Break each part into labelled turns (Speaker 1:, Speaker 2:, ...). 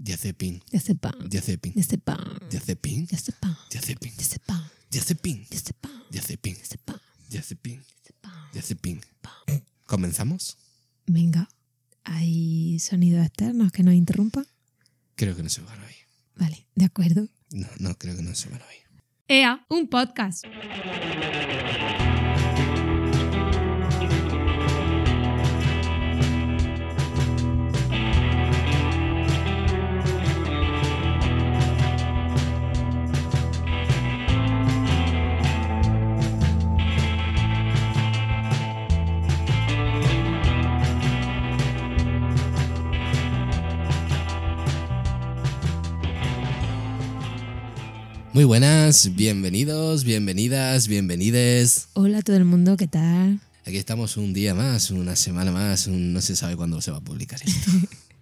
Speaker 1: Diazepin.
Speaker 2: Diazepam.
Speaker 1: Diazepin.
Speaker 2: Diazepam.
Speaker 1: Diazepin.
Speaker 2: Diazepam.
Speaker 1: Diazepam.
Speaker 2: Diazepam.
Speaker 1: Diazepin.
Speaker 2: Diazepam.
Speaker 1: Diazepin.
Speaker 2: Diazepam.
Speaker 1: Diazepin.
Speaker 2: Diazepam.
Speaker 1: Diazepin. ¿Comenzamos?
Speaker 2: Venga, ¿hay sonidos externos que nos interrumpan?
Speaker 1: Creo que no se van a oír.
Speaker 2: Vale, de acuerdo.
Speaker 1: No, no, creo que no se van a oír.
Speaker 2: EA, un podcast.
Speaker 1: Muy buenas, bienvenidos, bienvenidas, bienvenides.
Speaker 2: Hola a todo el mundo, ¿qué tal?
Speaker 1: Aquí estamos un día más, una semana más, un- no se sabe cuándo se va a publicar esto.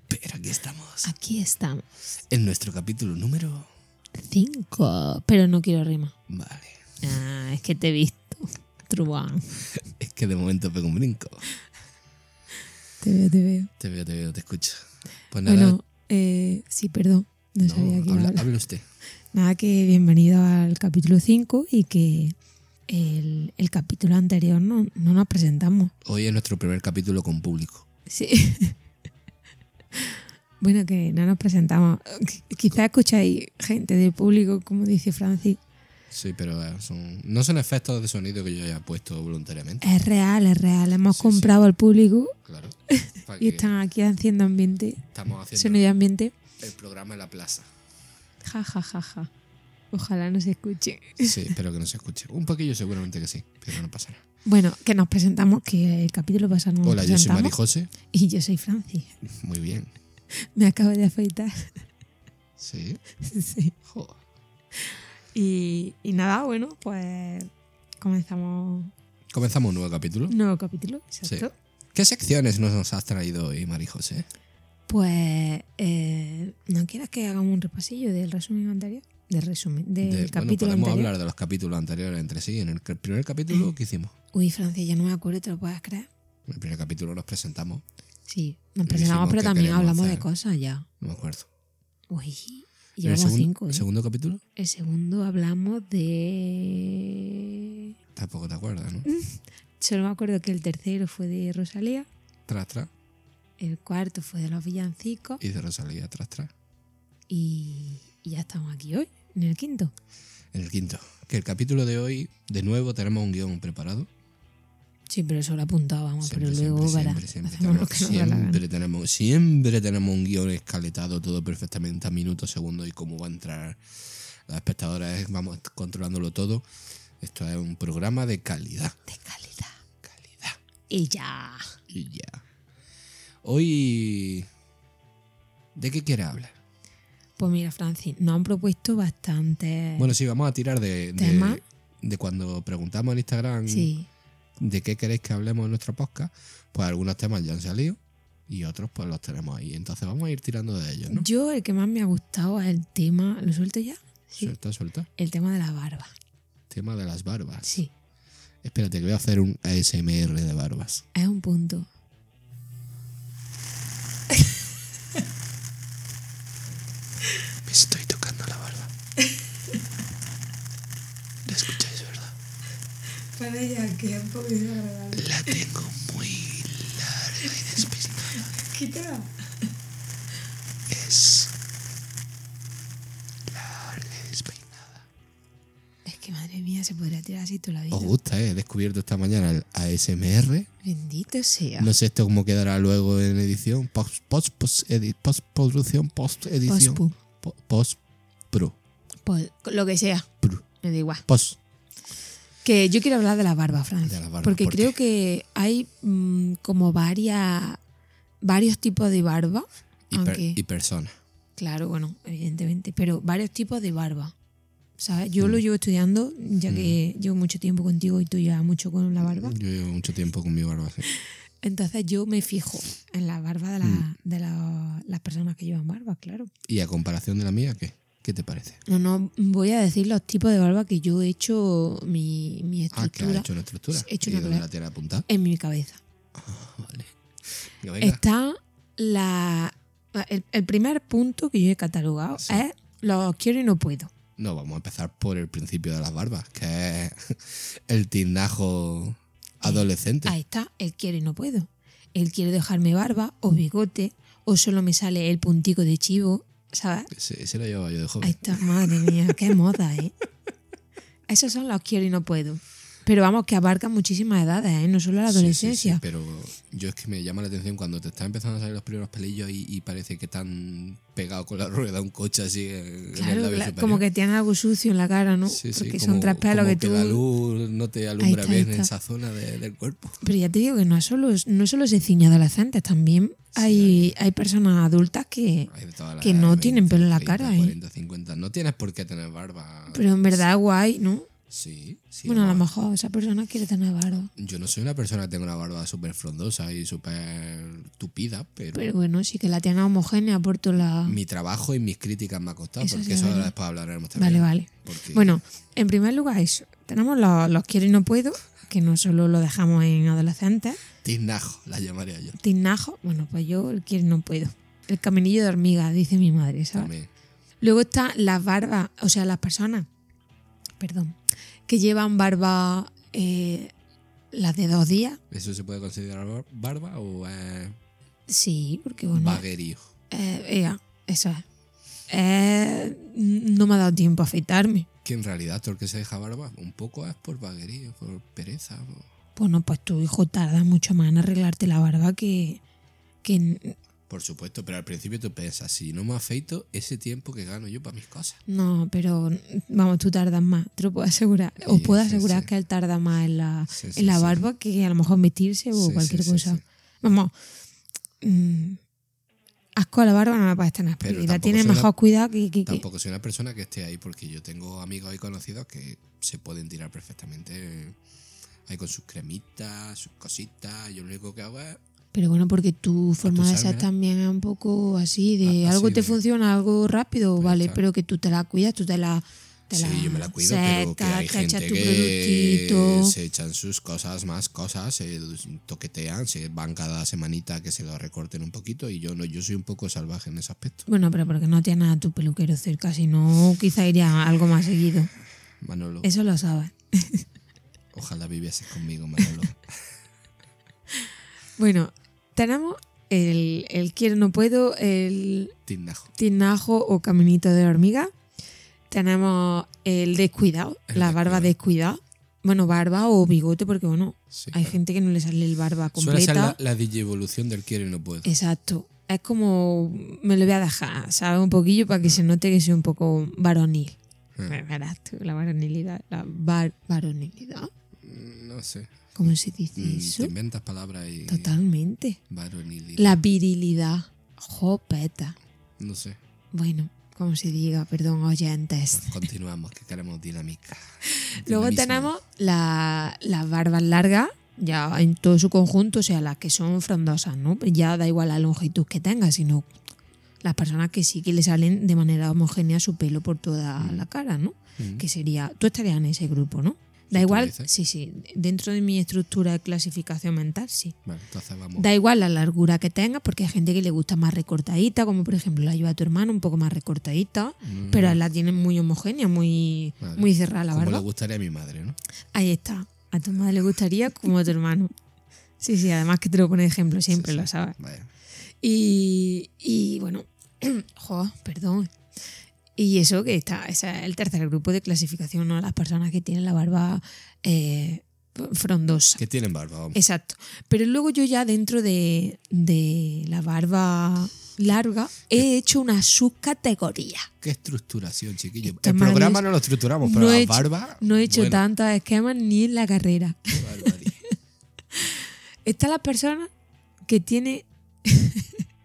Speaker 1: Pero aquí estamos,
Speaker 2: Aquí estamos.
Speaker 1: en nuestro capítulo número...
Speaker 2: Cinco. Pero no quiero rima.
Speaker 1: Vale,
Speaker 2: Ah, es que te he visto. Truán.
Speaker 1: es que de momento pego un brinco.
Speaker 2: Te veo, te veo.
Speaker 1: Te veo, te veo, te escucho. Pues nada,
Speaker 2: Bueno, eh, sí, perdón. No,
Speaker 1: no,
Speaker 2: sabía que iba a
Speaker 1: habla,
Speaker 2: hablar.
Speaker 1: hable usted.
Speaker 2: Nada, que bienvenido al capítulo 5 y que el, el capítulo anterior no, no nos presentamos.
Speaker 1: Hoy es nuestro primer capítulo con público.
Speaker 2: Sí. bueno, que no nos presentamos. Qu- Quizá escucháis gente del público, como dice Francis.
Speaker 1: Sí, pero eh, son, no son efectos de sonido que yo haya puesto voluntariamente,
Speaker 2: Es real, es real. Hemos
Speaker 1: Sí, sí.
Speaker 2: comprado al público
Speaker 1: claro. Para
Speaker 2: y
Speaker 1: que
Speaker 2: están aquí haciendo ambiente,
Speaker 1: Estamos haciendo
Speaker 2: sonido de ambiente.
Speaker 1: el programa en la plaza.
Speaker 2: Ja, ja, ja, ja. Ojalá nos escuche.
Speaker 1: Sí, espero que no se escuche. Un poquillo seguramente que sí, pero no pasará.
Speaker 2: Bueno, que nos presentamos, que el capítulo pasado no nos
Speaker 1: Hola, yo soy
Speaker 2: presentamos.
Speaker 1: Mari José.
Speaker 2: Y yo soy Francis.
Speaker 1: Muy bien.
Speaker 2: Me acabo de afeitar.
Speaker 1: Sí.
Speaker 2: Sí.
Speaker 1: Joder.
Speaker 2: Y, y nada, bueno, pues comenzamos
Speaker 1: Comenzamos un nuevo capítulo.
Speaker 2: un nuevo capítulo. Exacto.
Speaker 1: ¿Qué secciones nos- nos has traído hoy, Mari José?
Speaker 2: Pues, eh, ¿no quieras que hagamos un repasillo del resumen anterior? Del resumen, del
Speaker 1: De- bueno,
Speaker 2: capítulo
Speaker 1: podemos
Speaker 2: anterior.
Speaker 1: hablar de los capítulos anteriores entre sí. En el ca- primer capítulo, ¿qué hicimos?
Speaker 2: Uy, Francia, ya no me acuerdo, ¿te lo puedes creer?
Speaker 1: En el primer capítulo nos presentamos.
Speaker 2: Sí, nos
Speaker 1: Le
Speaker 2: presentamos,
Speaker 1: dijimos
Speaker 2: pero
Speaker 1: que
Speaker 2: también
Speaker 1: queremos
Speaker 2: hablamos
Speaker 1: hacer-
Speaker 2: de cosas ya.
Speaker 1: No me acuerdo.
Speaker 2: Uy,
Speaker 1: En el
Speaker 2: llevamos
Speaker 1: segun-
Speaker 2: cinco. ¿eh?
Speaker 1: segundo capítulo,
Speaker 2: El segundo hablamos de...
Speaker 1: tampoco te acuerdas, ¿no?
Speaker 2: Solo me acuerdo que el tercero fue de Rosalía,
Speaker 1: Tras, tras.
Speaker 2: el cuarto fue de los villancicos
Speaker 1: Y de Rosalía, tras, tras.
Speaker 2: y, y ya estamos aquí hoy, en el quinto.
Speaker 1: En el quinto. Que el capítulo de hoy, de nuevo, tenemos un guión preparado.
Speaker 2: Sí, pero eso lo apuntábamos,
Speaker 1: Siempre,
Speaker 2: Oh, pero luego
Speaker 1: siempre,
Speaker 2: para,
Speaker 1: siempre, siempre
Speaker 2: hacemos lo
Speaker 1: tenemos,
Speaker 2: que nos da la gana.
Speaker 1: siempre tenemos- siempre tenemos un guión escaletado todo perfectamente a minutos, segundos y cómo va a entrar las espectadoras, vamos controlándolo todo. Esto es un programa de calidad.
Speaker 2: De calidad.
Speaker 1: Calidad.
Speaker 2: Y ya.
Speaker 1: Y ya. Hoy. ¿De qué quiere hablar?
Speaker 2: Pues mira, Francis, nos han propuesto bastante.
Speaker 1: Bueno, sí, vamos a tirar de. de-
Speaker 2: Eh, ¿Tema?
Speaker 1: de cuando preguntamos en Instagram
Speaker 2: sí.
Speaker 1: de qué queréis que hablemos en nuestro podcast, pues algunos temas ya han salido y otros pues los tenemos ahí. Entonces vamos a ir tirando de ellos, ¿no?
Speaker 2: Yo el que más me ha gustado es el tema. ¿Lo suelto ya? Sí.
Speaker 1: Suelta, suelta.
Speaker 2: El tema de la barba.
Speaker 1: Tema de las barbas.
Speaker 2: Sí.
Speaker 1: Espérate, que voy a hacer un ASMR de barbas.
Speaker 2: Es un punto.
Speaker 1: Me estoy tocando la barba. ¿La escucháis, verdad?
Speaker 2: Para ella, que es un poco desagradable.
Speaker 1: La tengo muy larga y despistada.
Speaker 2: Quítala.
Speaker 1: Es larga y despeinada.
Speaker 2: Es que madre mía, se podría tirar así toda la vida.
Speaker 1: Os gusta, ¿eh? He descubierto esta mañana el ASMR.
Speaker 2: Bendito sea.
Speaker 1: No sé esto cómo quedará luego en edición. Post, post, post, edit, post producción, post edición.
Speaker 2: Pospu.
Speaker 1: Po- Post, pro,
Speaker 2: Pues, lo que sea.
Speaker 1: pro,
Speaker 2: Me da igual.
Speaker 1: post.
Speaker 2: Que yo quiero hablar de la barba, Fran.
Speaker 1: De la barba,
Speaker 2: porque
Speaker 1: ¿por
Speaker 2: creo que hay mm, como varias, varios tipos de barba.
Speaker 1: Y, per-
Speaker 2: aunque,
Speaker 1: y persona.
Speaker 2: claro, bueno, evidentemente, pero varios tipos de barba. ¿Sabes? Yo
Speaker 1: Mm.
Speaker 2: lo llevo estudiando, ya que llevo mucho tiempo contigo y tú llevas mucho con la barba.
Speaker 1: Yo llevo mucho tiempo con mi barba. sí.
Speaker 2: Entonces yo me fijo en la barba de, la-
Speaker 1: Mm.
Speaker 2: de la- las personas que llevan barba, claro.
Speaker 1: Y a comparación de la mía, ¿qué? ¿Qué te parece?
Speaker 2: No, no, voy a decir los tipos de barba que yo he hecho mi, mi
Speaker 1: Ah, que
Speaker 2: estructura
Speaker 1: has hecho una estructura.
Speaker 2: He hecho
Speaker 1: ¿Y
Speaker 2: una
Speaker 1: dónde
Speaker 2: cla-
Speaker 1: la tiene apuntada?
Speaker 2: en mi cabeza.
Speaker 1: Vale. Venga, venga.
Speaker 2: Está la. el, el primer punto que yo he catalogado
Speaker 1: Sí.
Speaker 2: es los quiero y no puedo.
Speaker 1: No, vamos a empezar por el principio de las barbas, que es el tinajo adolescente.
Speaker 2: Ahí está, él quiere y no puedo. Él quiere dejarme barba
Speaker 1: Mm.
Speaker 2: o bigote o solo me sale el puntico de chivo, ¿sabes?
Speaker 1: Ese, ese lo llevaba yo de joven.
Speaker 2: Ahí está, madre mía, qué moda, ¿eh? Esos son los quiero y no puedo. Pero vamos, que abarcan muchísimas edades, ¿eh? No solo
Speaker 1: Sí,
Speaker 2: la
Speaker 1: sí, sí,
Speaker 2: adolescencia.
Speaker 1: pero yo es que me llama la atención cuando te están empezando a salir los primeros pelillos y, y parece que están pegado con la rueda un coche así en, en el
Speaker 2: Claro,
Speaker 1: labio
Speaker 2: cla-
Speaker 1: superior.
Speaker 2: como que tienen algo sucio en la cara, ¿no?
Speaker 1: Sí, sí,
Speaker 2: Porque
Speaker 1: como-
Speaker 2: son tres pelos
Speaker 1: como
Speaker 2: que tú...
Speaker 1: la luz no te alumbra
Speaker 2: está, ahí
Speaker 1: bien en
Speaker 2: está.
Speaker 1: esa zona de- del cuerpo.
Speaker 2: Pero ya te digo que no solo, es- no solo se ciñe adolescentes, también hay, hay personas adultas que...
Speaker 1: Hay de todas las
Speaker 2: Que no
Speaker 1: edades,
Speaker 2: tienen pelo en la cara, ¿eh?
Speaker 1: 40, 50. No tienes por qué tener barba.
Speaker 2: Pero en verdad guay, ¿no?
Speaker 1: Sí, sí.
Speaker 2: Bueno, a lo
Speaker 1: vamos.
Speaker 2: mejor esa persona quiere tener barba.
Speaker 1: Yo no soy una persona que tenga una barba súper frondosa y súper tupida, pero,
Speaker 2: Pero bueno, sí que la tiene homogénea por toda la...
Speaker 1: mi trabajo y mis críticas me ha costado,
Speaker 2: Eso sí
Speaker 1: porque
Speaker 2: es
Speaker 1: eso ahora
Speaker 2: verdad.
Speaker 1: después hablaremos también.
Speaker 2: Vale, vale.
Speaker 1: Porque-
Speaker 2: Bueno, en primer lugar eso. Tenemos los, los quiero y no puedo, que no solo lo dejamos en adolescentes.
Speaker 1: Tiznajo, la llamaría yo.
Speaker 2: Tinajo, bueno, pues yo el quiero y no puedo. El caminillo de hormiga, dice mi madre, ¿sabes?
Speaker 1: También.
Speaker 2: Luego están las barbas, o sea, las personas, perdón, que llevan barba eh, las de dos días.
Speaker 1: ¿Eso se puede considerar bar- barba o eh,
Speaker 2: Sí, porque bueno,
Speaker 1: vaguerío?
Speaker 2: eh, ea, eso es. Eh, no me ha dado tiempo a afeitarme.
Speaker 1: Que en realidad todo el que se deja barba un poco es por vaguerío, por pereza. por-
Speaker 2: Bueno, pues tu hijo tarda mucho más en arreglarte la barba que, que en-
Speaker 1: Por supuesto, pero al principio tú piensas, si no me afeito, ese tiempo que gano yo para mis cosas.
Speaker 2: No, pero vamos, tú tardas más, te lo puedo asegurar. Os
Speaker 1: Sí,
Speaker 2: puedo
Speaker 1: sí,
Speaker 2: asegurar
Speaker 1: sí.
Speaker 2: que él tarda más en la,
Speaker 1: Sí, sí,
Speaker 2: en la
Speaker 1: sí.
Speaker 2: barba que a lo mejor vestirse o
Speaker 1: Sí, sí,
Speaker 2: pues, cualquier
Speaker 1: sí,
Speaker 2: cosa.
Speaker 1: sí.
Speaker 2: Vamos, mm, asco a la barba no la puedes tener,
Speaker 1: Pero
Speaker 2: porque la
Speaker 1: tampoco
Speaker 2: tienes
Speaker 1: suena-
Speaker 2: mejor cuidado que... que- que-
Speaker 1: Tampoco soy una persona que esté ahí, porque yo tengo amigos y conocidos que se pueden tirar perfectamente eh, ahí con sus cremitas, sus cositas. Yo lo único que hago es.
Speaker 2: Pero bueno, porque tu forma de ser
Speaker 1: sálvela.
Speaker 2: también es un poco así, de
Speaker 1: ¿eh? Ah,
Speaker 2: algo
Speaker 1: así
Speaker 2: te
Speaker 1: de-
Speaker 2: funciona, algo rápido,
Speaker 1: Pues
Speaker 2: vale,
Speaker 1: está.
Speaker 2: pero que tú te la cuidas, tú te la... Te
Speaker 1: Sí, yo me la cuido, pero que hay
Speaker 2: te echas
Speaker 1: gente
Speaker 2: tu
Speaker 1: que
Speaker 2: productito.
Speaker 1: se echan sus cosas, más cosas, se toquetean, se van cada semanita que se lo recorten un poquito. Y yo no, yo soy un poco salvaje en ese aspecto.
Speaker 2: Bueno, pero porque no tienes a tu peluquero cerca, si no, quizá iría algo más seguido.
Speaker 1: Manolo,
Speaker 2: Eso lo sabes.
Speaker 1: ojalá vivieses conmigo, Manolo.
Speaker 2: Bueno, tenemos el, el quiero no puedo, el
Speaker 1: Tindajo.
Speaker 2: tinajo o caminito de hormiga. Tenemos el descuidado,
Speaker 1: El
Speaker 2: la barba descuidada. Bueno, barba o bigote, porque bueno,
Speaker 1: Sí,
Speaker 2: hay
Speaker 1: claro.
Speaker 2: gente que no le sale el barba
Speaker 1: Suele ser
Speaker 2: completa.
Speaker 1: la, la digievolución del quiere y no puedo.
Speaker 2: Exacto. Es como me lo voy a dejar, ¿sabes? Un poquillo para que se note que soy un poco varonil.
Speaker 1: Ah,
Speaker 2: Verás tú, la varonilidad, la var- varonilidad.
Speaker 1: No sé.
Speaker 2: ¿Cómo se dice
Speaker 1: Mm,
Speaker 2: Eh, eso?
Speaker 1: Te inventas palabras y.
Speaker 2: Totalmente.
Speaker 1: Varonilidad.
Speaker 2: La virilidad. Jopeta.
Speaker 1: No sé.
Speaker 2: Bueno, como se diga, perdón, oyentes.
Speaker 1: Continuamos, que queremos dinámica.
Speaker 2: Luego
Speaker 1: Dinamismo.
Speaker 2: tenemos la- las barbas largas, ya en todo su conjunto, o sea, las que son frondosas, ¿no? Ya da igual la longitud que tenga, sino las personas que sí que le salen de manera homogénea su pelo por toda la cara, ¿no?
Speaker 1: Mm.
Speaker 2: Que sería, tú estarías en ese grupo, ¿no?
Speaker 1: Sí,
Speaker 2: Da
Speaker 1: tú
Speaker 2: igual,
Speaker 1: dices.
Speaker 2: sí, sí, dentro de mi estructura de clasificación mental, sí.
Speaker 1: Vale, entonces vamos.
Speaker 2: Da igual la largura que tengas, porque hay gente que le gusta más recortadita, como por ejemplo la lleva tu hermano, un poco más recortadita,
Speaker 1: Mm.
Speaker 2: pero la tienen muy homogénea, muy,
Speaker 1: Vale.
Speaker 2: muy cerrada la
Speaker 1: Como le
Speaker 2: barba.
Speaker 1: gustaría a mi madre, ¿no?
Speaker 2: Ahí está. A tu madre le gustaría como a tu hermano. Sí, sí, además que te lo pone de ejemplo, siempre
Speaker 1: Sí, sí.
Speaker 2: lo sabes.
Speaker 1: Vale.
Speaker 2: Y, y bueno, jo, perdón. Y eso que está, ese es el tercer grupo de clasificación, ¿no? Las personas que tienen la barba eh, frondosa.
Speaker 1: Que tienen barba, vamos.
Speaker 2: Exacto. Pero luego yo ya dentro de, de la barba larga he hecho una subcategoría.
Speaker 1: Qué estructuración, chiquillo.
Speaker 2: Esta
Speaker 1: El
Speaker 2: madre
Speaker 1: programa
Speaker 2: es-
Speaker 1: no lo estructuramos, pero
Speaker 2: no he
Speaker 1: la
Speaker 2: hecho-
Speaker 1: barba.
Speaker 2: No he hecho
Speaker 1: bueno,
Speaker 2: tantos esquemas ni en la carrera.
Speaker 1: qué barbaridad.
Speaker 2: Está la persona que tiene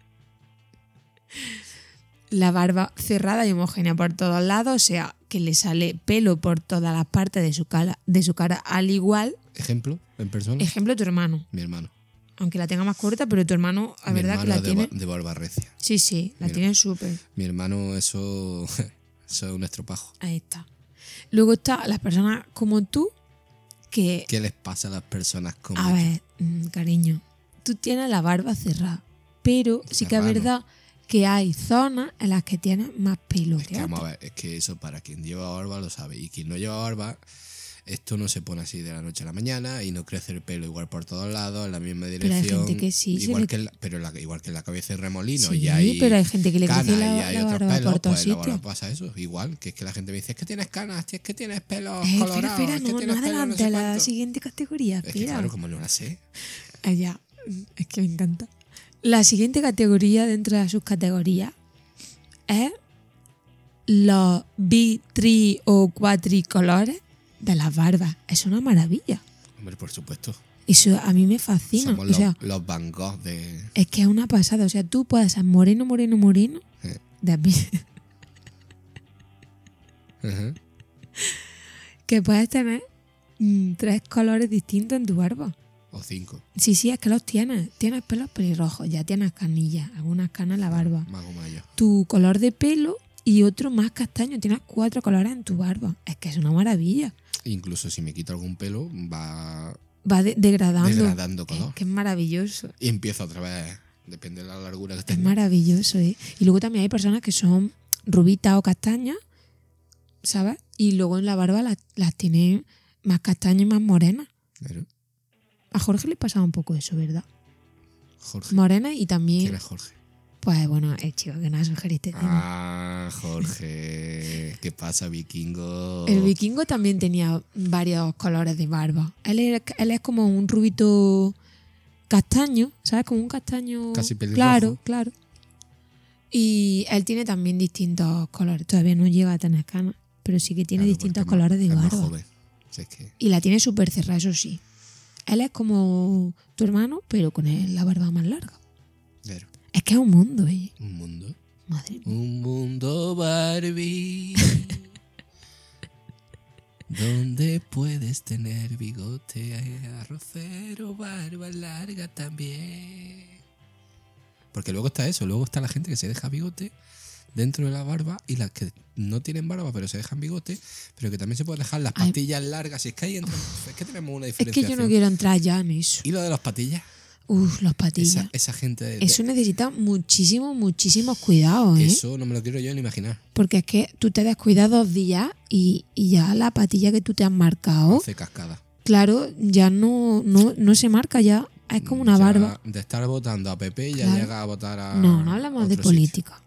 Speaker 2: la barba cerrada y homogénea por todos lados, o sea, que le sale pelo por todas las partes de su cara, de su cara al igual,
Speaker 1: Ejemplo, en persona,
Speaker 2: ejemplo, tu hermano,
Speaker 1: mi hermano.
Speaker 2: aunque la tenga más corta, pero tu hermano, la
Speaker 1: mi
Speaker 2: verdad que
Speaker 1: hermano
Speaker 2: la
Speaker 1: de, ba-
Speaker 2: tiene...
Speaker 1: de barba recia.
Speaker 2: Sí, sí, la
Speaker 1: Mira.
Speaker 2: tiene súper.
Speaker 1: Mi hermano, eso, eso es un estropajo.
Speaker 2: Ahí está. Luego está las personas como tú que,
Speaker 1: ¿Qué les pasa a las personas con
Speaker 2: a ver, mm, cariño, tú tienes la barba cerrada, pero sí que es
Speaker 1: Cerrada, ¿no?
Speaker 2: verdad que hay zonas en las que tienes más pelo
Speaker 1: Es
Speaker 2: que
Speaker 1: que, vamos
Speaker 2: otras.
Speaker 1: a ver, es que eso para quien lleva barba lo sabe. Y quien no lleva barba, esto no se pone así de la noche a la mañana y no crece el pelo igual por todos lados, en la misma
Speaker 2: hay
Speaker 1: dirección.
Speaker 2: gente que sí se
Speaker 1: Igual
Speaker 2: le-
Speaker 1: que en la, pero en la- igual que en la cabeza de remolino.
Speaker 2: Sí,
Speaker 1: y hay
Speaker 2: pero hay gente que le
Speaker 1: canas
Speaker 2: crece
Speaker 1: y
Speaker 2: la,
Speaker 1: hay
Speaker 2: la
Speaker 1: otros
Speaker 2: barba
Speaker 1: pelos,
Speaker 2: por todos
Speaker 1: pues en la barba
Speaker 2: sitios.
Speaker 1: pasa eso. Igual, que es que la gente me dice, es que tienes canas, es que tienes pelos
Speaker 2: Eh, espera,
Speaker 1: colorados.
Speaker 2: espera,
Speaker 1: es que
Speaker 2: no, no
Speaker 1: tienes pelos no sé
Speaker 2: adelante, la
Speaker 1: cuánto".
Speaker 2: siguiente categoría,
Speaker 1: Es que
Speaker 2: espera.
Speaker 1: claro, como no la sé.
Speaker 2: Allá, es que me encanta. La siguiente categoría dentro de sus categorías es los bi, tri o cuatricolores de las barbas. Es una maravilla.
Speaker 1: Hombre, por supuesto.
Speaker 2: Eso a mí me fascina.
Speaker 1: Somos
Speaker 2: o
Speaker 1: los,
Speaker 2: sea,
Speaker 1: los Van Gogh de.
Speaker 2: es que es una pasada. O sea, tú puedes ser moreno, moreno, moreno.
Speaker 1: Eh.
Speaker 2: De bi-
Speaker 1: Ajá.
Speaker 2: que puedes tener mm, tres colores distintos en tu barba.
Speaker 1: O cinco.
Speaker 2: Sí, sí, es que los tienes. Tienes pelos pelirrojos, ya tienes canillas, algunas canas en la barba.
Speaker 1: Mago Mayo.
Speaker 2: tu color de pelo y otro más castaño. Tienes cuatro colores en tu barba. Es que es una maravilla.
Speaker 1: Incluso si me quito algún pelo, va
Speaker 2: Va de- degradando.
Speaker 1: degradando color.
Speaker 2: Es que es maravilloso.
Speaker 1: Y empiezo otra vez. Depende de la largura que
Speaker 2: Es
Speaker 1: tenga.
Speaker 2: maravilloso, ¿eh? Y luego también hay personas que son rubitas o castañas, ¿sabes? Y luego en la barba las, las tienen más castañas y más morenas.
Speaker 1: Claro.
Speaker 2: A Jorge le pasaba un poco eso, ¿verdad?
Speaker 1: Jorge.
Speaker 2: Morenas y
Speaker 1: ¿Quién
Speaker 2: también.
Speaker 1: es Jorge?
Speaker 2: Pues bueno, eh, chico, que no sugeriste. tema.
Speaker 1: Ah, Jorge. ¿Qué pasa, vikingo?
Speaker 2: El vikingo también tenía varios colores de barba. Él es, él es como un rubito castaño, ¿sabes? Como un castaño.
Speaker 1: Casi pelirrojo.
Speaker 2: Claro, claro. Y él tiene también distintos colores. Todavía no llega a tener canas, pero sí que tiene
Speaker 1: Claro,
Speaker 2: distintos
Speaker 1: porque es más-
Speaker 2: colores
Speaker 1: es
Speaker 2: de
Speaker 1: más
Speaker 2: barba.
Speaker 1: joven. Si es que-
Speaker 2: Y la tiene súper cerrada, eso sí. Él es como tu hermano, pero con él la barba más larga.
Speaker 1: claro.
Speaker 2: Es que es un mundo, ¿eh?
Speaker 1: Un mundo.
Speaker 2: Madre mía.
Speaker 1: Un mundo Barbie. donde puedes tener bigote arrocero, barba larga también. Porque luego está eso, luego está la gente que se deja bigote dentro de la barba y las que no tienen barba pero se dejan bigote, pero que también se pueden dejar las
Speaker 2: Ay.
Speaker 1: patillas largas. Y es que ahí entra- es que tenemos una
Speaker 2: Es que
Speaker 1: diferenciación.
Speaker 2: yo no quiero entrar ya en eso.
Speaker 1: Y lo de las patillas,
Speaker 2: Uf, los patillas.
Speaker 1: esa, esa gente de- de-
Speaker 2: Eso necesita muchísimo, muchísimos cuidados, ¿eh?
Speaker 1: eso no me lo quiero yo ni imaginar.
Speaker 2: Porque es que tú te descuidas dos días y, y ya la patilla que tú te has marcado,
Speaker 1: Hace cascada.
Speaker 2: claro, ya no, no, no se marca, ya es como una
Speaker 1: Ya
Speaker 2: barba.
Speaker 1: Mm, De estar votando a PP ya
Speaker 2: Claro.
Speaker 1: llega a votar a.
Speaker 2: No, no hablamos de
Speaker 1: otro sitio.
Speaker 2: política.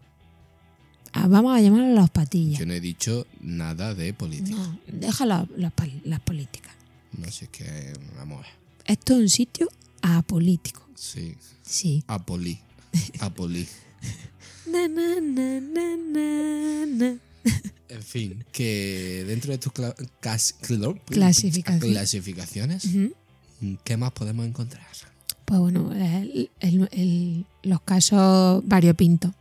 Speaker 2: Ah, Vamos a llamar a las patillas.
Speaker 1: Yo no he dicho nada de política.
Speaker 2: No, deja la- la pal- las políticas.
Speaker 1: No, sé es que. Vamos,
Speaker 2: Esto es un sitio apolítico.
Speaker 1: sí.
Speaker 2: Sí.
Speaker 1: A poli. A poli.
Speaker 2: Na, na, na, na, na, na.
Speaker 1: En fin, que dentro de tus cla- cas- clo-
Speaker 2: Clasificación.
Speaker 1: clasificaciones,
Speaker 2: Ujú.
Speaker 1: ¿qué más podemos encontrar?
Speaker 2: Pues bueno, el- el- el- los casos variopintos,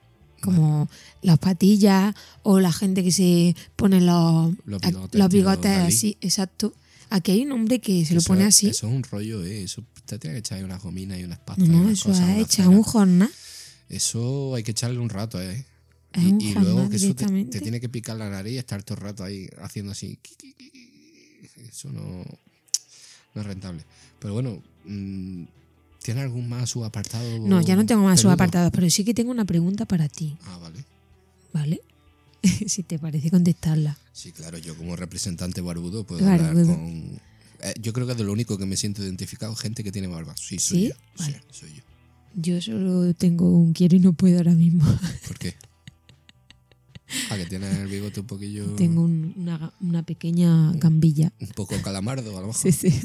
Speaker 2: como las patillas o la gente que se pone los,
Speaker 1: Los
Speaker 2: a-
Speaker 1: bigotes,
Speaker 2: los
Speaker 1: tío,
Speaker 2: bigotes
Speaker 1: Dalí.
Speaker 2: así, exacto. Aquí hay un hombre que se lo
Speaker 1: Eso
Speaker 2: pone
Speaker 1: es-
Speaker 2: así.
Speaker 1: Eso es un rollo, ¿eh? Eso usted tiene que echar ahí unas gominas y unas
Speaker 2: no,
Speaker 1: pastas. y
Speaker 2: no,
Speaker 1: unas
Speaker 2: eso
Speaker 1: cosas,
Speaker 2: ha
Speaker 1: unas
Speaker 2: hecho
Speaker 1: ceras.
Speaker 2: un jornal.
Speaker 1: Eso hay que echarle un rato, ¿eh?
Speaker 2: Es
Speaker 1: y
Speaker 2: un
Speaker 1: y
Speaker 2: jornal
Speaker 1: luego que eso te, te
Speaker 2: directamente.
Speaker 1: tiene que picar la nariz y estar todo el rato ahí haciendo así. qui, qui, qui, qui. Eso no, no es rentable. Pero bueno, mm, ¿tiene algún más subapartado?
Speaker 2: No, ya no tengo más
Speaker 1: peludo?
Speaker 2: subapartados, pero sí que tengo una pregunta para ti,
Speaker 1: Ah, vale.
Speaker 2: ¿vale? si te parece contestarla.
Speaker 1: Sí, claro, yo como representante barbudo puedo hablar
Speaker 2: Barbudo.
Speaker 1: con... Eh, yo creo que es de lo único que me siento identificado, gente que tiene barba. Sí, soy
Speaker 2: ¿Sí?
Speaker 1: yo. Sí,
Speaker 2: Vale.
Speaker 1: soy yo.
Speaker 2: Yo solo tengo un quiero y no puedo ahora mismo.
Speaker 1: ¿Por qué? Ah, que tiene el bigote un poquillo...
Speaker 2: tengo un- una ga- una pequeña gambilla.
Speaker 1: Un poco calamardo, a lo mejor.
Speaker 2: Sí, sí.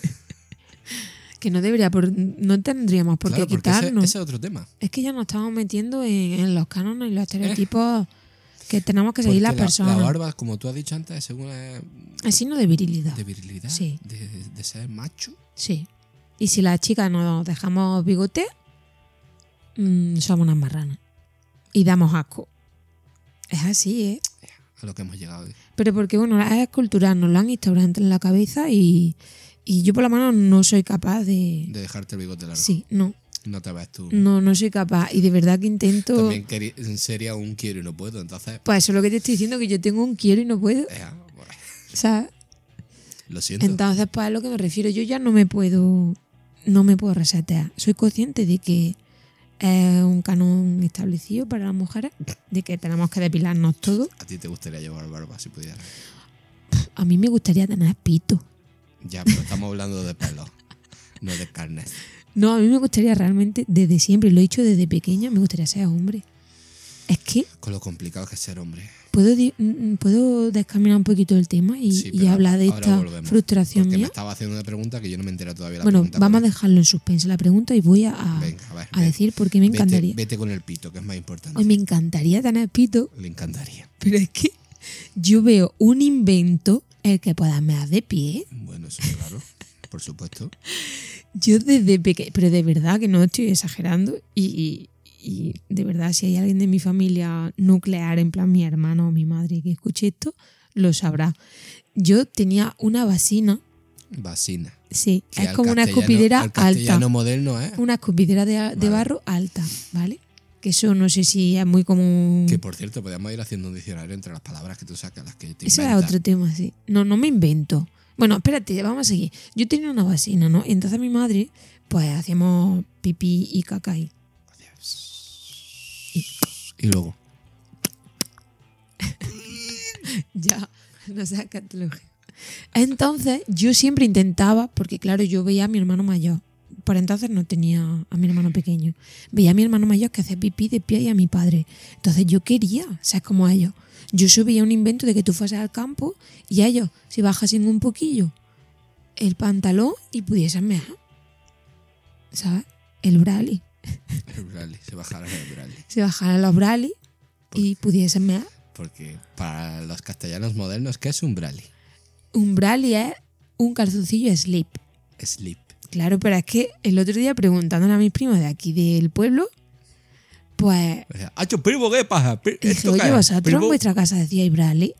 Speaker 2: que no debería, por- no tendríamos por
Speaker 1: Claro,
Speaker 2: qué
Speaker 1: porque ese-
Speaker 2: quitarnos.
Speaker 1: ese es otro tema.
Speaker 2: Es que ya nos estamos metiendo en, en los cánones y los estereotipos que tenemos que
Speaker 1: Eh. Porque
Speaker 2: seguir las
Speaker 1: la-
Speaker 2: personas.
Speaker 1: La barba, como tú has dicho antes, es una de
Speaker 2: Es signo de virilidad.
Speaker 1: virilidad,
Speaker 2: Sí.
Speaker 1: de, de ser macho.
Speaker 2: Sí. Y si las chicas nos dejamos bigote, mm, somos unas marranas. Y damos asco. Es así, ¿eh?
Speaker 1: A lo que hemos llegado. eh, hoy.
Speaker 2: Pero porque, bueno, es cultural, nos lo han instaurado en la cabeza y, y yo por lo menos no soy capaz de...
Speaker 1: De dejarte el bigote largo.
Speaker 2: Sí, Mm, no,
Speaker 1: No te ves tú.
Speaker 2: no, no soy capaz. Y de verdad que intento...
Speaker 1: También queri- sería un quiero y no puedo. Entonces,
Speaker 2: Pues eso es lo que te estoy diciendo, que yo tengo un quiero y no puedo.
Speaker 1: eh, bueno,
Speaker 2: ¿sabes?
Speaker 1: lo siento.
Speaker 2: Entonces, pues a lo que me refiero, yo ya no me puedo, no me puedo resetear. Soy consciente de que es un canon establecido para las mujeres de que tenemos que depilarnos todo.
Speaker 1: ¿A ti te gustaría llevar barba si pudieras?
Speaker 2: A mí me gustaría tener pito.
Speaker 1: Ya, pero estamos hablando de pelo, no de carne.
Speaker 2: No, a mí me gustaría realmente, desde siempre, y lo he dicho desde pequeña, me gustaría ser hombre. Es que
Speaker 1: Con lo complicado que es ser hombre.
Speaker 2: puedo, di- mm, mm, puedo descaminar un poquito el tema y,
Speaker 1: Sí,
Speaker 2: y
Speaker 1: pero
Speaker 2: hablar de
Speaker 1: ahora
Speaker 2: esta
Speaker 1: volvemos,
Speaker 2: frustración
Speaker 1: Porque me
Speaker 2: mía.
Speaker 1: estaba haciendo una pregunta que yo no me entero todavía. La
Speaker 2: Bueno,
Speaker 1: pregunta
Speaker 2: vamos a
Speaker 1: cuál es.
Speaker 2: dejarlo en suspense la pregunta y voy a, a-
Speaker 1: Venga, a ver,
Speaker 2: a
Speaker 1: ve-
Speaker 2: decir por qué me
Speaker 1: vete-
Speaker 2: encantaría.
Speaker 1: Vete, con el pito, que es más importante.
Speaker 2: Ay, me encantaría tener pito,
Speaker 1: Le encantaría.
Speaker 2: pero es que yo veo un invento el que puedas mear de pie.
Speaker 1: Bueno, eso es claro, por supuesto.
Speaker 2: Yo desde pequeño, pero de verdad que no estoy exagerando y, y- y de verdad si hay alguien de mi familia nuclear, en plan mi hermano o mi madre que escuche esto, lo sabrá. Yo tenía una vacina,
Speaker 1: Vacina.
Speaker 2: sí,
Speaker 1: Que
Speaker 2: es
Speaker 1: al
Speaker 2: como una
Speaker 1: castellano-
Speaker 2: escopidera
Speaker 1: al
Speaker 2: alta,
Speaker 1: castellano moderno, ¿eh?
Speaker 2: una escopidera de, de
Speaker 1: Vale.
Speaker 2: barro alta, ¿vale? Que eso no sé si es muy común.
Speaker 1: Que por cierto, podríamos ir haciendo un diccionario entre las palabras que tú sacas, las que te
Speaker 2: Eso era
Speaker 1: inventas.
Speaker 2: otro tema, sí. No, no me invento. Bueno, espérate, vamos a seguir. Yo tenía una vacina, ¿no? Y entonces mi madre, pues hacíamos pipí y caca ahí.
Speaker 1: Y luego.
Speaker 2: Ya, no seas catalogio. Entonces, yo siempre intentaba, porque claro, yo veía a mi hermano mayor. Por entonces no tenía a mi hermano pequeño. Veía a mi hermano mayor que hacía pipí de pie y a mi padre. Entonces yo quería ser como ellos. Yo subía un invento de que tú fueses al campo y ellos se bajasen un poquillo el pantalón y pudiesen mear. ¿Sabes? El brali.
Speaker 1: El Bradley, se bajará el Bradley.
Speaker 2: Se bajaran los brali y pudiesen mear.
Speaker 1: Porque para los castellanos modernos, ¿qué es un Bradley?
Speaker 2: Un brali es un calzoncillo slip.
Speaker 1: Sleep.
Speaker 2: Claro, pero es que el otro día preguntándole a mis primos de aquí del pueblo, pues
Speaker 1: O sea, ¡Hacho, primo, qué pasa! Pri-
Speaker 2: dije,
Speaker 1: ¿Esto
Speaker 2: oye,
Speaker 1: qué es?
Speaker 2: vosotros en
Speaker 1: Primo".
Speaker 2: vuestra casa decía Bradley.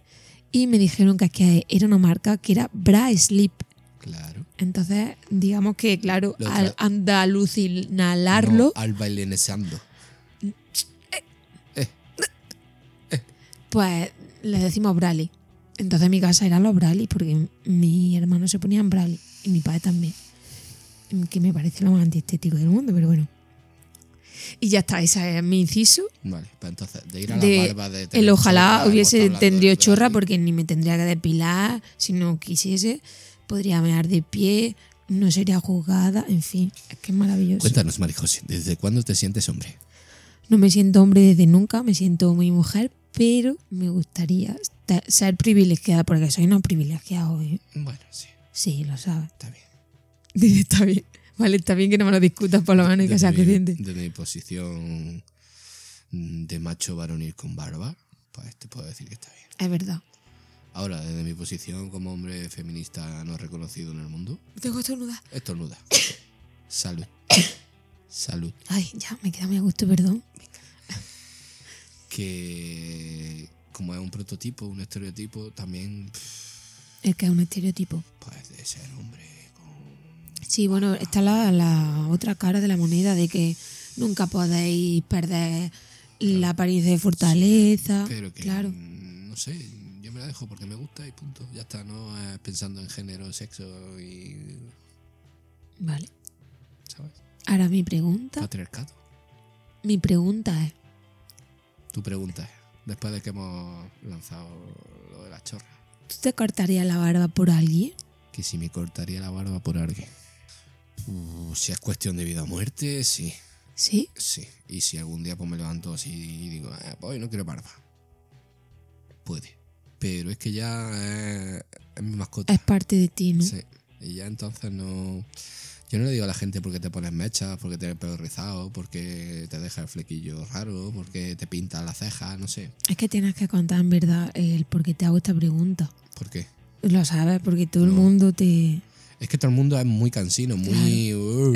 Speaker 2: Y me dijeron que aquí era una marca que era Bra Sleep.
Speaker 1: Claro.
Speaker 2: Entonces, digamos que, claro,
Speaker 1: Lo
Speaker 2: al
Speaker 1: tra-
Speaker 2: andalucinalarlo,
Speaker 1: No, al bailenesando.
Speaker 2: pues le decimos Bradley. Entonces en mi casa eran los Bradley, porque mi hermano se ponía en Bradley y mi padre también. Que me parece lo más antiestético del mundo, pero bueno. Y ya está, ese es mi inciso.
Speaker 1: Vale, pues entonces, de ir a la
Speaker 2: de-
Speaker 1: barba de tener
Speaker 2: el ojalá
Speaker 1: chorra,
Speaker 2: hubiese
Speaker 1: hemos estado hablando
Speaker 2: tendido
Speaker 1: del
Speaker 2: chorra
Speaker 1: Bradley.
Speaker 2: porque ni me tendría que depilar si no quisiese. Podría mear de pie, no sería juzgada, en fin, es que es maravilloso.
Speaker 1: Cuéntanos, Marijose, ¿desde cuándo te sientes hombre?
Speaker 2: No me siento hombre desde nunca, me siento muy mujer, pero me gustaría esta- ser privilegiada porque soy una privilegiada hoy.
Speaker 1: Bueno, sí,
Speaker 2: Sí, lo sabes.
Speaker 1: está bien.
Speaker 2: Dice, está bien. Vale, está bien que no me lo discutas por lo menos y que
Speaker 1: Desde
Speaker 2: seas
Speaker 1: mi-
Speaker 2: creyente.
Speaker 1: Desde mi posición mm, de macho varonil con barba, pues te puedo decir que está bien.
Speaker 2: Es verdad.
Speaker 1: Ahora, desde mi posición como hombre feminista no reconocido en el mundo,
Speaker 2: Tengo estornudar.
Speaker 1: estornuda. Salud. Salud.
Speaker 2: Ay, ya, me queda muy a gusto, perdón.
Speaker 1: Que como es un prototipo, un estereotipo, también pff,
Speaker 2: Es que es un estereotipo.
Speaker 1: pues de ser hombre con...
Speaker 2: Sí, bueno, está la, la otra cara de la moneda de que nunca podéis perder la apariencia de fortaleza.
Speaker 1: Pero que
Speaker 2: claro.
Speaker 1: mm, no sé, yo me la dejo porque me gusta y punto. Ya está, no eh, pensando en género, sexo y...
Speaker 2: Vale.
Speaker 1: ¿Sabes?
Speaker 2: Ahora mi pregunta,
Speaker 1: Patriarcado.
Speaker 2: mi pregunta es,
Speaker 1: Tu pregunta es, después de que hemos lanzado lo de la chorra,
Speaker 2: ¿tú te cortarías la barba por alguien?
Speaker 1: que si me cortaría la barba por alguien. Uh, si es cuestión de vida o muerte, sí,
Speaker 2: Sí.
Speaker 1: sí. Y si algún día pues, me levanto así y digo, "Ah, pues hoy no quiero barba. Puede. Pero es que ya eh, es mi mascota.
Speaker 2: Es parte de ti, ¿no?
Speaker 1: Sí. Y ya entonces no. Yo no le digo a la gente por qué te pones mechas, por qué tienes el pelo rizado, por qué te deja el flequillo raro, por qué te pintas las cejas, no sé.
Speaker 2: Es que tienes que contar en verdad el por qué te hago esta pregunta.
Speaker 1: ¿Por qué?
Speaker 2: Lo sabes, porque todo el
Speaker 1: No.
Speaker 2: mundo te...
Speaker 1: Es que todo el mundo es muy cansino, muy. "Uh,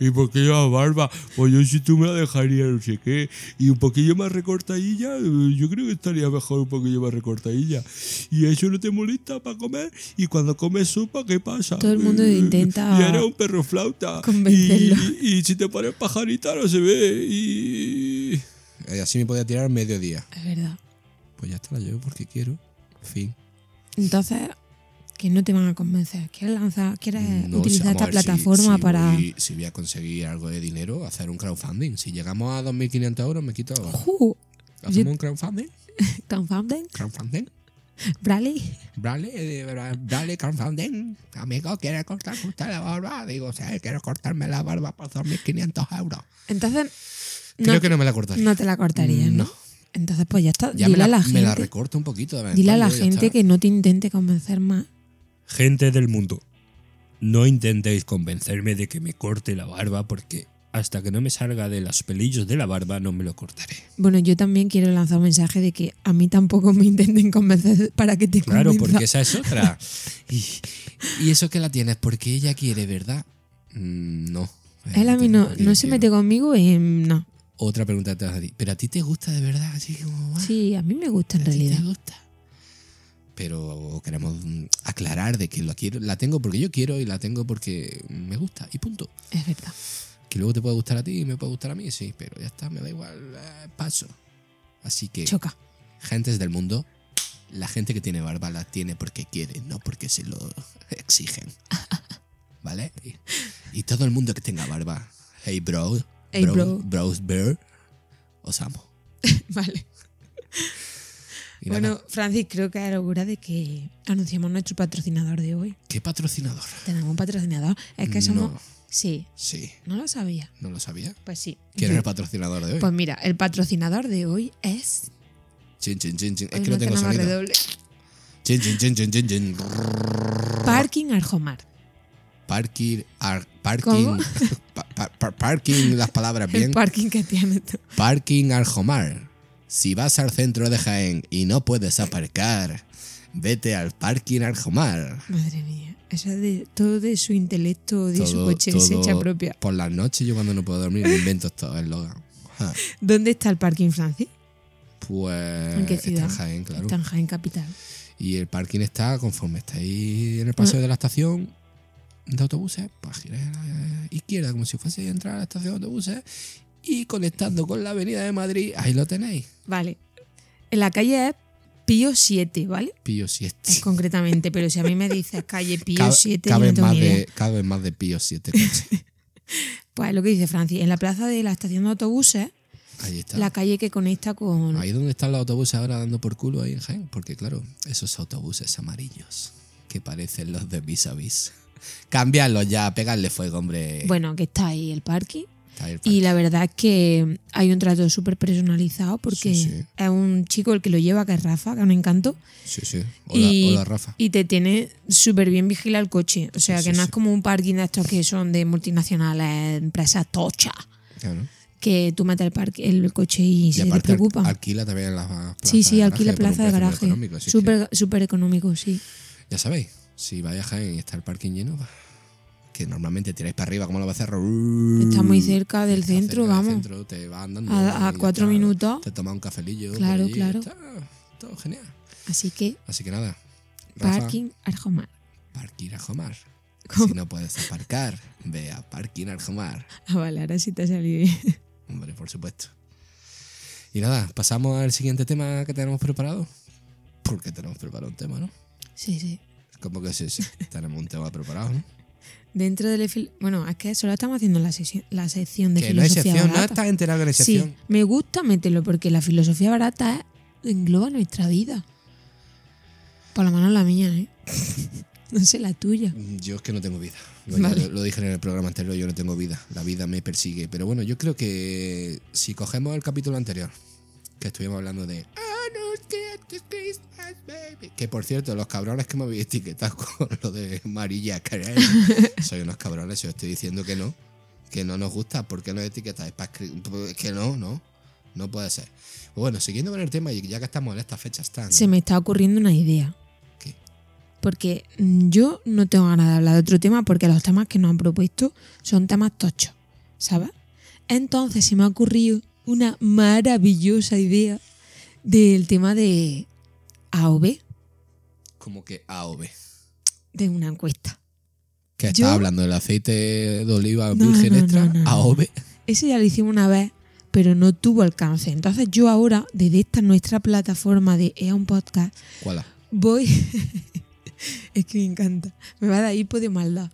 Speaker 1: ¿Y por qué lleva barba? Pues yo si tú me la dejaría, no sé qué. Y un poquillo más recortadilla, eh, yo creo que estaría mejor un poquillo más recortadilla. Y eso no te molesta para comer. Y cuando comes sopa, ¿qué pasa?
Speaker 2: Todo el mundo
Speaker 1: Eh,
Speaker 2: intenta
Speaker 1: Y eres un perro flauta.
Speaker 2: convencerlo.
Speaker 1: Y, y si te pones pajarita, no se ve. Y. y así me podía tirar mediodía.
Speaker 2: Es verdad.
Speaker 1: Pues ya está, la llevo porque quiero. Fin.
Speaker 2: Entonces, que no te van a convencer. ¿Quieres, lanzar, quieres
Speaker 1: No,
Speaker 2: Mm, utilizar
Speaker 1: vamos
Speaker 2: esta
Speaker 1: a ver, si-
Speaker 2: plataforma
Speaker 1: si
Speaker 2: para...?
Speaker 1: voy- si voy a conseguir algo de dinero, hacer un crowdfunding. Si llegamos a 2.500 euros, me quito.
Speaker 2: Ju,
Speaker 1: ¿Hacemos un crowdfunding?
Speaker 2: crowdfunding,
Speaker 1: ¿Crowdfunding?
Speaker 2: Bradley.
Speaker 1: Vale, eh, bra- dale, crowdfunding. Amigo, ¿quieres cortar usted la barba? Digo, sí, quiero cortarme la barba por 2.500 euros.
Speaker 2: Entonces,
Speaker 1: Creo
Speaker 2: no,
Speaker 1: que no me la cortaría.
Speaker 2: no te la cortarías, ¿no?
Speaker 1: No.
Speaker 2: Entonces, pues ya está.
Speaker 1: ya
Speaker 2: dile
Speaker 1: me la,
Speaker 2: a la
Speaker 1: me la
Speaker 2: gente,
Speaker 1: recorto un poquito. de vez en
Speaker 2: dile a la
Speaker 1: cuando y ya
Speaker 2: gente
Speaker 1: está.
Speaker 2: que no te intente convencer más.
Speaker 1: Gente del mundo, no intentéis convencerme de que me corte la barba porque hasta que no me salga de los pelillos de la barba no me lo cortaré.
Speaker 2: Bueno, yo también quiero lanzar un mensaje de que a mí tampoco me intenten convencer para que te
Speaker 1: Claro,
Speaker 2: convenza.
Speaker 1: porque esa es otra. Y, y eso que la tienes porque ella quiere, ¿verdad? Mm, no.
Speaker 2: Él a mí no,
Speaker 1: Quiero,
Speaker 2: no se
Speaker 1: quiero.
Speaker 2: mete conmigo en... No.
Speaker 1: Otra pregunta te vas a decir. ¿Pero a ti te gusta de verdad? Así como... ah,
Speaker 2: Sí, a mí me gusta en
Speaker 1: ¿a ti
Speaker 2: realidad.
Speaker 1: te gusta? Pero queremos mm, aclarar de que la, quiero, la tengo porque yo quiero y la tengo porque me gusta. Y punto.
Speaker 2: Es verdad.
Speaker 1: Que luego te puede gustar a ti y me puede gustar a mí, sí, pero ya está, me da igual, eh, paso. Así que,
Speaker 2: Choca.
Speaker 1: gentes del mundo, la gente que tiene barba la tiene porque quiere, no porque se lo exigen. ¿Vale? Y, y todo el mundo que tenga barba, hey bro,
Speaker 2: Hey, bro.
Speaker 1: bros bear, os amo.
Speaker 2: Vale.
Speaker 1: Y nada,
Speaker 2: Bueno, Francis, creo que era hora de que anunciamos nuestro patrocinador de hoy.
Speaker 1: ¿qué patrocinador?
Speaker 2: Tenemos un patrocinador. Es que somos...
Speaker 1: No.
Speaker 2: Sí,
Speaker 1: Sí,
Speaker 2: no lo sabía.
Speaker 1: no lo sabía.
Speaker 2: Pues sí.
Speaker 1: ¿Quién era el patrocinador de hoy?
Speaker 2: Pues mira, el patrocinador de hoy es...
Speaker 1: Chin, chin, chin, chin. Es
Speaker 2: Hoy
Speaker 1: que no tengo
Speaker 2: tenemos
Speaker 1: sonido.
Speaker 2: redoble.
Speaker 1: Chin, chin, chin, chin, chin, chin.
Speaker 2: Parking Arjomar.
Speaker 1: Parking, ar-
Speaker 2: ¿Cómo?
Speaker 1: parking, pa- pa- pa- parking, las palabras
Speaker 2: El
Speaker 1: bien.
Speaker 2: parking que tiene tú.
Speaker 1: parking Arjomar. Si vas al centro de Jaén y no puedes aparcar, vete al Parking Arjomar.
Speaker 2: Madre mía. Eso es de todo de su intelecto, de su
Speaker 1: Todo-
Speaker 2: coche, se
Speaker 1: todo
Speaker 2: echa propia.
Speaker 1: Por las noches, yo cuando no puedo dormir, me invento estos eslogan. Ja,
Speaker 2: ¿Dónde está el parking, Francis?
Speaker 1: Pues.
Speaker 2: ¿En qué
Speaker 1: Está
Speaker 2: ciudad?
Speaker 1: en Jaén, claro.
Speaker 2: Está en Jaén Capital.
Speaker 1: Y el parking está conforme estáis en el paseo
Speaker 2: Mm.
Speaker 1: de la estación de autobuses, pues giráis a la izquierda como si fuese a entrar a la estación de autobuses y conectando con la avenida de Madrid, ahí lo tenéis.
Speaker 2: Vale. En la calle es Pío 7, ¿vale?
Speaker 1: Pío 7.
Speaker 2: Es concretamente, pero si a mí me dices calle Pío
Speaker 1: Cab-
Speaker 2: 7, yo no
Speaker 1: caben
Speaker 2: tengo
Speaker 1: más
Speaker 2: ni idea.
Speaker 1: de, caben más de Pío 7 coches.
Speaker 2: Pues es lo que dice Francis. En la plaza de la estación de autobuses,
Speaker 1: Ahí está.
Speaker 2: la calle que conecta con.
Speaker 1: Ahí donde están los autobuses ahora dando por culo ahí en Jaén, porque claro, esos autobuses amarillos que parecen los de vis a vis. Cambiarlos ya, pegarle fuego, hombre.
Speaker 2: Bueno, que está ahí el parking.
Speaker 1: Está el
Speaker 2: Y la verdad es que hay un trato súper personalizado porque
Speaker 1: Sí, sí.
Speaker 2: es un chico el que lo lleva, que es Rafa, que es un encanto.
Speaker 1: Sí, sí. Hola,
Speaker 2: y,
Speaker 1: hola, Rafa.
Speaker 2: y te tiene súper bien vigilado el coche. O sea,
Speaker 1: Sí,
Speaker 2: que
Speaker 1: sí,
Speaker 2: no
Speaker 1: sí.
Speaker 2: es como un parking de estos que son de multinacionales, empresas tochas,
Speaker 1: Claro.
Speaker 2: que tú metes el, parque- el coche y,
Speaker 1: Y
Speaker 2: se te
Speaker 1: aparte al-
Speaker 2: preocupa.
Speaker 1: alquila también las plazas
Speaker 2: sí, sí,
Speaker 1: de
Speaker 2: aquí
Speaker 1: garaje por
Speaker 2: la
Speaker 1: un
Speaker 2: plaza de
Speaker 1: precio muy
Speaker 2: garaje.
Speaker 1: económico, así que
Speaker 2: Súper súper económico, sí.
Speaker 1: ya sabéis, si vais a Jaén y está el parking lleno, bah, que normalmente tiráis para arriba como lo va a hacer.
Speaker 2: Está muy cerca del
Speaker 1: Está
Speaker 2: centro,
Speaker 1: Mm, cerca del
Speaker 2: vamos.
Speaker 1: centro, te vas andando
Speaker 2: A-
Speaker 1: y
Speaker 2: a
Speaker 1: ya
Speaker 2: cuatro
Speaker 1: está,
Speaker 2: minutos.
Speaker 1: Te tomas un cafelillo.
Speaker 2: Claro,
Speaker 1: por allí,
Speaker 2: claro.
Speaker 1: Está, todo genial.
Speaker 2: Así que
Speaker 1: Así que nada. Rafa,
Speaker 2: parking Arjomar.
Speaker 1: Parking Arjomar.
Speaker 2: ¿Cómo?
Speaker 1: Si no puedes aparcar, ve a Parking Arjomar.
Speaker 2: Ah, vale, ahora sí te ha salido bien.
Speaker 1: Hombre, por supuesto. Y nada, pasamos al siguiente tema que tenemos preparado. Porque tenemos preparado un tema, ¿no?
Speaker 2: Sí, sí.
Speaker 1: Como que sí, sí, tenemos un tema preparado, ¿no?
Speaker 2: Dentro del... fil- Bueno, es que solo estamos haciendo la, sesión, la sección de
Speaker 1: Que no hay
Speaker 2: filosofía
Speaker 1: sección, no
Speaker 2: barata.
Speaker 1: estás enterado que no hay
Speaker 2: sí,
Speaker 1: sección.
Speaker 2: me gusta meterlo porque la filosofía barata engloba nuestra vida. Por lo menos la mía, ¿eh? no sé la tuya.
Speaker 1: Mm, Yo es que no tengo vida. Lo, ya
Speaker 2: Vale.
Speaker 1: lo- lo dije en el programa anterior, yo no tengo vida. La vida me persigue. Pero bueno, yo creo que si cogemos el capítulo anterior, que estuvimos hablando de... "Ah, "I don't care to Christmas, baby", Que por cierto, los cabrones que me habéis etiquetado con lo de Marilla Carey, soy unos cabrones, yo estoy diciendo que no, que no nos gusta, ¿por qué nos etiquetáis? Pa' escri- Es que no, no, no puede ser. Bueno, siguiendo con el tema, y ya que estamos en estas fechas tan...
Speaker 2: Se me está ocurriendo una idea.
Speaker 1: ¿Qué?
Speaker 2: Porque mm, yo no tengo ganas de hablar de otro tema porque los temas que nos han propuesto son temas tochos, ¿sabes? Entonces se me ha ocurrido una maravillosa idea del tema de A o B,
Speaker 1: Como que A o B.
Speaker 2: de una encuesta.
Speaker 1: Que está
Speaker 2: Yo-
Speaker 1: hablando del aceite de oliva
Speaker 2: No,
Speaker 1: virgen
Speaker 2: no,
Speaker 1: extra,
Speaker 2: no, no, no.
Speaker 1: AOV.
Speaker 2: Ese ya lo hicimos una vez, pero no tuvo alcance. Entonces yo ahora, desde esta nuestra plataforma de EA un podcast,
Speaker 1: ¿Cuál?
Speaker 2: voy, Es que me encanta. Me va a dar hipo de maldad.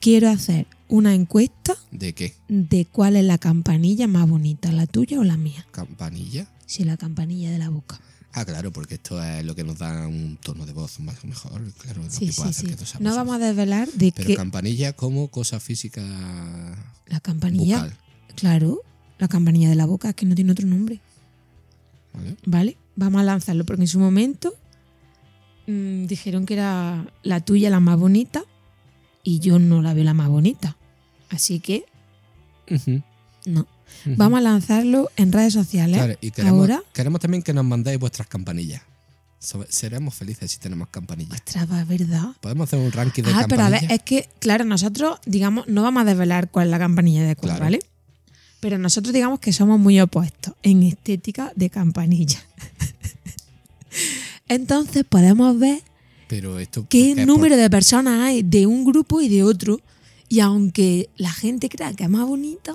Speaker 2: Quiero hacer una encuesta
Speaker 1: ¿De qué?
Speaker 2: de cuál es la campanilla más bonita, la tuya o la mía.
Speaker 1: ¿Campanilla?
Speaker 2: Si la campanilla de la boca.
Speaker 1: Ah, claro, porque esto es lo que nos da un tono de voz más mejor. Claro, no
Speaker 2: Sí,
Speaker 1: te puedo
Speaker 2: sí,
Speaker 1: hacer
Speaker 2: sí.
Speaker 1: que tú seas
Speaker 2: No
Speaker 1: más-
Speaker 2: vamos a desvelar de
Speaker 1: Pero
Speaker 2: qué.
Speaker 1: campanilla como cosa física
Speaker 2: La campanilla.
Speaker 1: bucal.
Speaker 2: Claro, la campanilla de la boca, es que no tiene otro nombre.
Speaker 1: ¿vale?
Speaker 2: ¿Vale? Vamos a lanzarlo porque en su momento mm, dijeron que era la tuya la más bonita y yo no la veo la más bonita. Así que
Speaker 1: Ujú,
Speaker 2: no.
Speaker 1: ujú.
Speaker 2: Vamos a lanzarlo en redes sociales.
Speaker 1: Claro, y queremos,
Speaker 2: Ahora-
Speaker 1: queremos también que nos mandéis vuestras campanillas. So- seremos felices si tenemos campanillas.
Speaker 2: Ostras, va, es ¿verdad?
Speaker 1: Podemos hacer un ranking de
Speaker 2: ah, pero a
Speaker 1: campanillas.
Speaker 2: ver, es que, claro, nosotros, digamos, no vamos a desvelar cuál es la campanilla de cuál,
Speaker 1: Claro.
Speaker 2: ¿vale? Pero nosotros digamos que somos muy opuestos en estética de campanilla. Entonces podemos ver
Speaker 1: Pero esto.
Speaker 2: eh, qué
Speaker 1: porque es
Speaker 2: número de personas hay de un grupo y de otro. Y aunque la gente crea que es más bonita,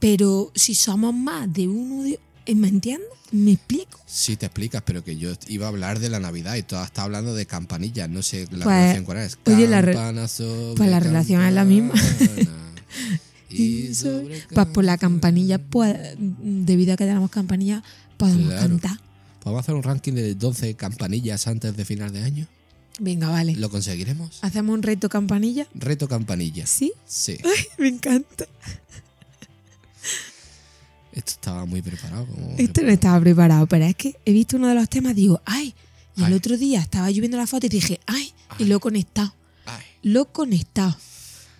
Speaker 2: pero si somos más de uno, de, eh, ¿me entiendes? ¿Me explico?
Speaker 1: por- Sí, te explicas, pero que yo iba a hablar de la Navidad y toda está hablando de campanillas. No sé la
Speaker 2: Pues,
Speaker 1: relación cuál es.
Speaker 2: oye, la re-
Speaker 1: Campana sobre
Speaker 2: pues la relación es la
Speaker 1: campana
Speaker 2: misma. Y
Speaker 1: y
Speaker 2: eso,
Speaker 1: sobre
Speaker 2: Pues por la campanilla,
Speaker 1: campana.
Speaker 2: pues, debido a que tenemos campanilla, podemos
Speaker 1: Claro.
Speaker 2: cantar.
Speaker 1: Podemos hacer un ranking de 12 campanillas antes de final de año.
Speaker 2: Venga, vale.
Speaker 1: ¿Lo conseguiremos?
Speaker 2: ¿Hacemos un reto campanilla?
Speaker 1: Reto campanillas.
Speaker 2: Sí,
Speaker 1: Sí.
Speaker 2: me encanta.
Speaker 1: Esto estaba muy preparado. como
Speaker 2: Esto no
Speaker 1: preparado.
Speaker 2: estaba preparado, pero es que he visto uno de los temas, digo, ay. Y el
Speaker 1: Ay.
Speaker 2: otro día estaba yo viendo la foto y dije, ay, y
Speaker 1: Ay.
Speaker 2: lo he conectado.
Speaker 1: Ay,
Speaker 2: Lo he conectado.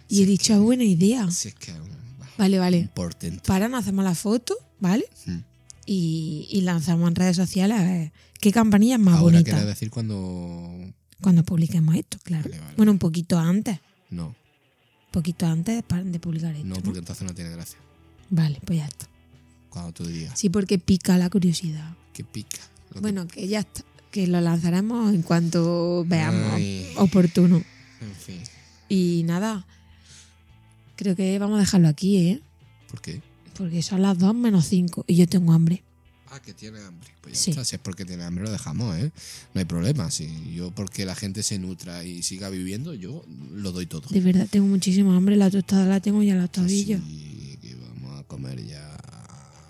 Speaker 2: Y he dicho, "Ah, buena idea.
Speaker 1: si es que es un-
Speaker 2: Vale,
Speaker 1: un
Speaker 2: vale.
Speaker 1: portento.
Speaker 2: Para, nos hacemos la foto, ¿vale?
Speaker 1: Mm.
Speaker 2: Y, y lanzamos en redes sociales a ver qué campanilla es más
Speaker 1: Ahora
Speaker 2: bonita.
Speaker 1: quería decir cuando.
Speaker 2: Cuando publiquemos esto, claro.
Speaker 1: Vale, vale.
Speaker 2: Bueno, un poquito antes.
Speaker 1: No,
Speaker 2: Un poquito antes pa- de publicar esto.
Speaker 1: no,
Speaker 2: ¿no?
Speaker 1: porque entonces no tiene gracia.
Speaker 2: Vale, pues ya está.
Speaker 1: Cuando tú digas
Speaker 2: Sí, porque pica la curiosidad.
Speaker 1: que pica. lo que-
Speaker 2: Bueno, que ya está. Que lo lanzaremos en cuanto veamos
Speaker 1: Ay.
Speaker 2: oportuno.
Speaker 1: En fin.
Speaker 2: Y nada, creo que vamos a dejarlo aquí, ¿eh?
Speaker 1: ¿Por qué?
Speaker 2: Porque son las 2 menos 5 y yo tengo hambre.
Speaker 1: Ah, que tiene hambre. Pues ya
Speaker 2: Sí.
Speaker 1: está, si es porque tiene hambre lo dejamos, ¿eh? No hay problema. Si yo, porque la gente se nutra y siga viviendo, yo lo doy todo.
Speaker 2: De verdad, tengo muchísimo hambre. La tostada la tengo ya en los tobillos.
Speaker 1: Así que vamos a comer ya.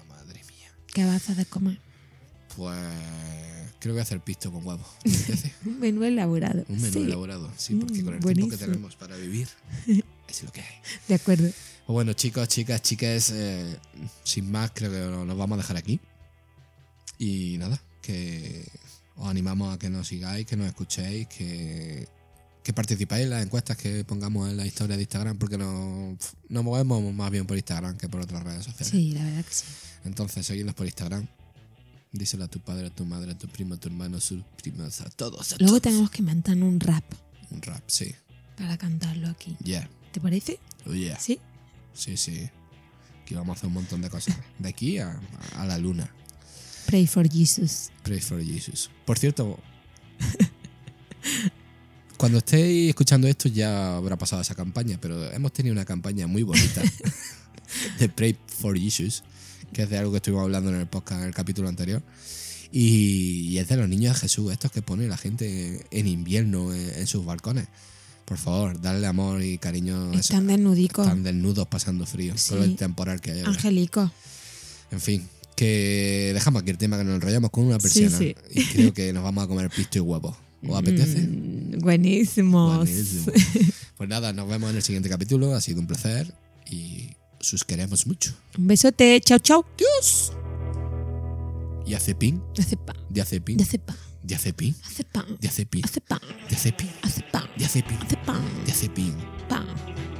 Speaker 1: Madre mía.
Speaker 2: ¿Qué vas a hacer comer?
Speaker 1: Pues creo que voy a hacer pisto con huevo. ¿Te apetece?
Speaker 2: Un menú elaborado.
Speaker 1: Un menú
Speaker 2: Sí,
Speaker 1: elaborado, sí, porque
Speaker 2: Mm,
Speaker 1: con el tiempo que
Speaker 2: buenísimo.
Speaker 1: tenemos para vivir, es lo que hay.
Speaker 2: de acuerdo.
Speaker 1: Pues bueno, chicos, chicas, chicas, eh, sin más, creo que lo- nos vamos a dejar aquí. Y nada, que os animamos a que nos sigáis, que nos escuchéis, que, que participáis en las encuestas que pongamos en la historia de Instagram, porque nos, nos movemos más bien por Instagram que por otras redes sociales.
Speaker 2: Sí, la verdad que sí.
Speaker 1: Entonces, seguidnos por Instagram. Díselo a tu padre, a tu madre, a tu primo, a tu hermano, a sus primas, a todos. A
Speaker 2: Luego
Speaker 1: todos.
Speaker 2: tenemos que inventar un rap
Speaker 1: Un rap, sí.
Speaker 2: para cantarlo aquí.
Speaker 1: Yeah.
Speaker 2: ¿Te parece?
Speaker 1: Oh, yeah.
Speaker 2: Sí.
Speaker 1: Sí, sí. Que vamos a hacer un montón de cosas. De aquí a, a la luna.
Speaker 2: Pray for Jesus.
Speaker 1: Pray for Jesus. Por cierto, cuando estéis escuchando esto ya habrá pasado esa campaña, pero hemos tenido una campaña muy bonita de Pray for Jesus, que es de algo que estuvimos hablando en el podcast, en el capítulo anterior. Y, y es de los niños de Jesús, estos que pone la gente en invierno en, en sus balcones. Por favor, darle amor y cariño a esos
Speaker 2: Están desnudicos.
Speaker 1: están desnudos pasando frío
Speaker 2: Sí.
Speaker 1: con el temporal que hay. ahora.
Speaker 2: Angélicos.
Speaker 1: En fin, que dejamos aquí el tema que nos enrollamos con una persiana.
Speaker 2: sí.
Speaker 1: Y creo que nos vamos a comer pisto y huevos. ¿Os apetece?
Speaker 2: Mm, buenísimos.
Speaker 1: Buenísimo. Pues nada, nos vemos en el siguiente capítulo. Ha sido un placer y sus queremos mucho.
Speaker 2: Un besote. Chao, chao.
Speaker 1: ¡Dios! Y hace pin,
Speaker 2: Hace pan.
Speaker 1: de hace pin,
Speaker 2: Hace pan.
Speaker 1: de hace pin,
Speaker 2: Hace pan.
Speaker 1: de hace pin,
Speaker 2: Hace pan.
Speaker 1: de hace pin,
Speaker 2: Hace pan.
Speaker 1: de hace pin,
Speaker 2: Hace pan.
Speaker 1: de hace pin.
Speaker 2: Pan.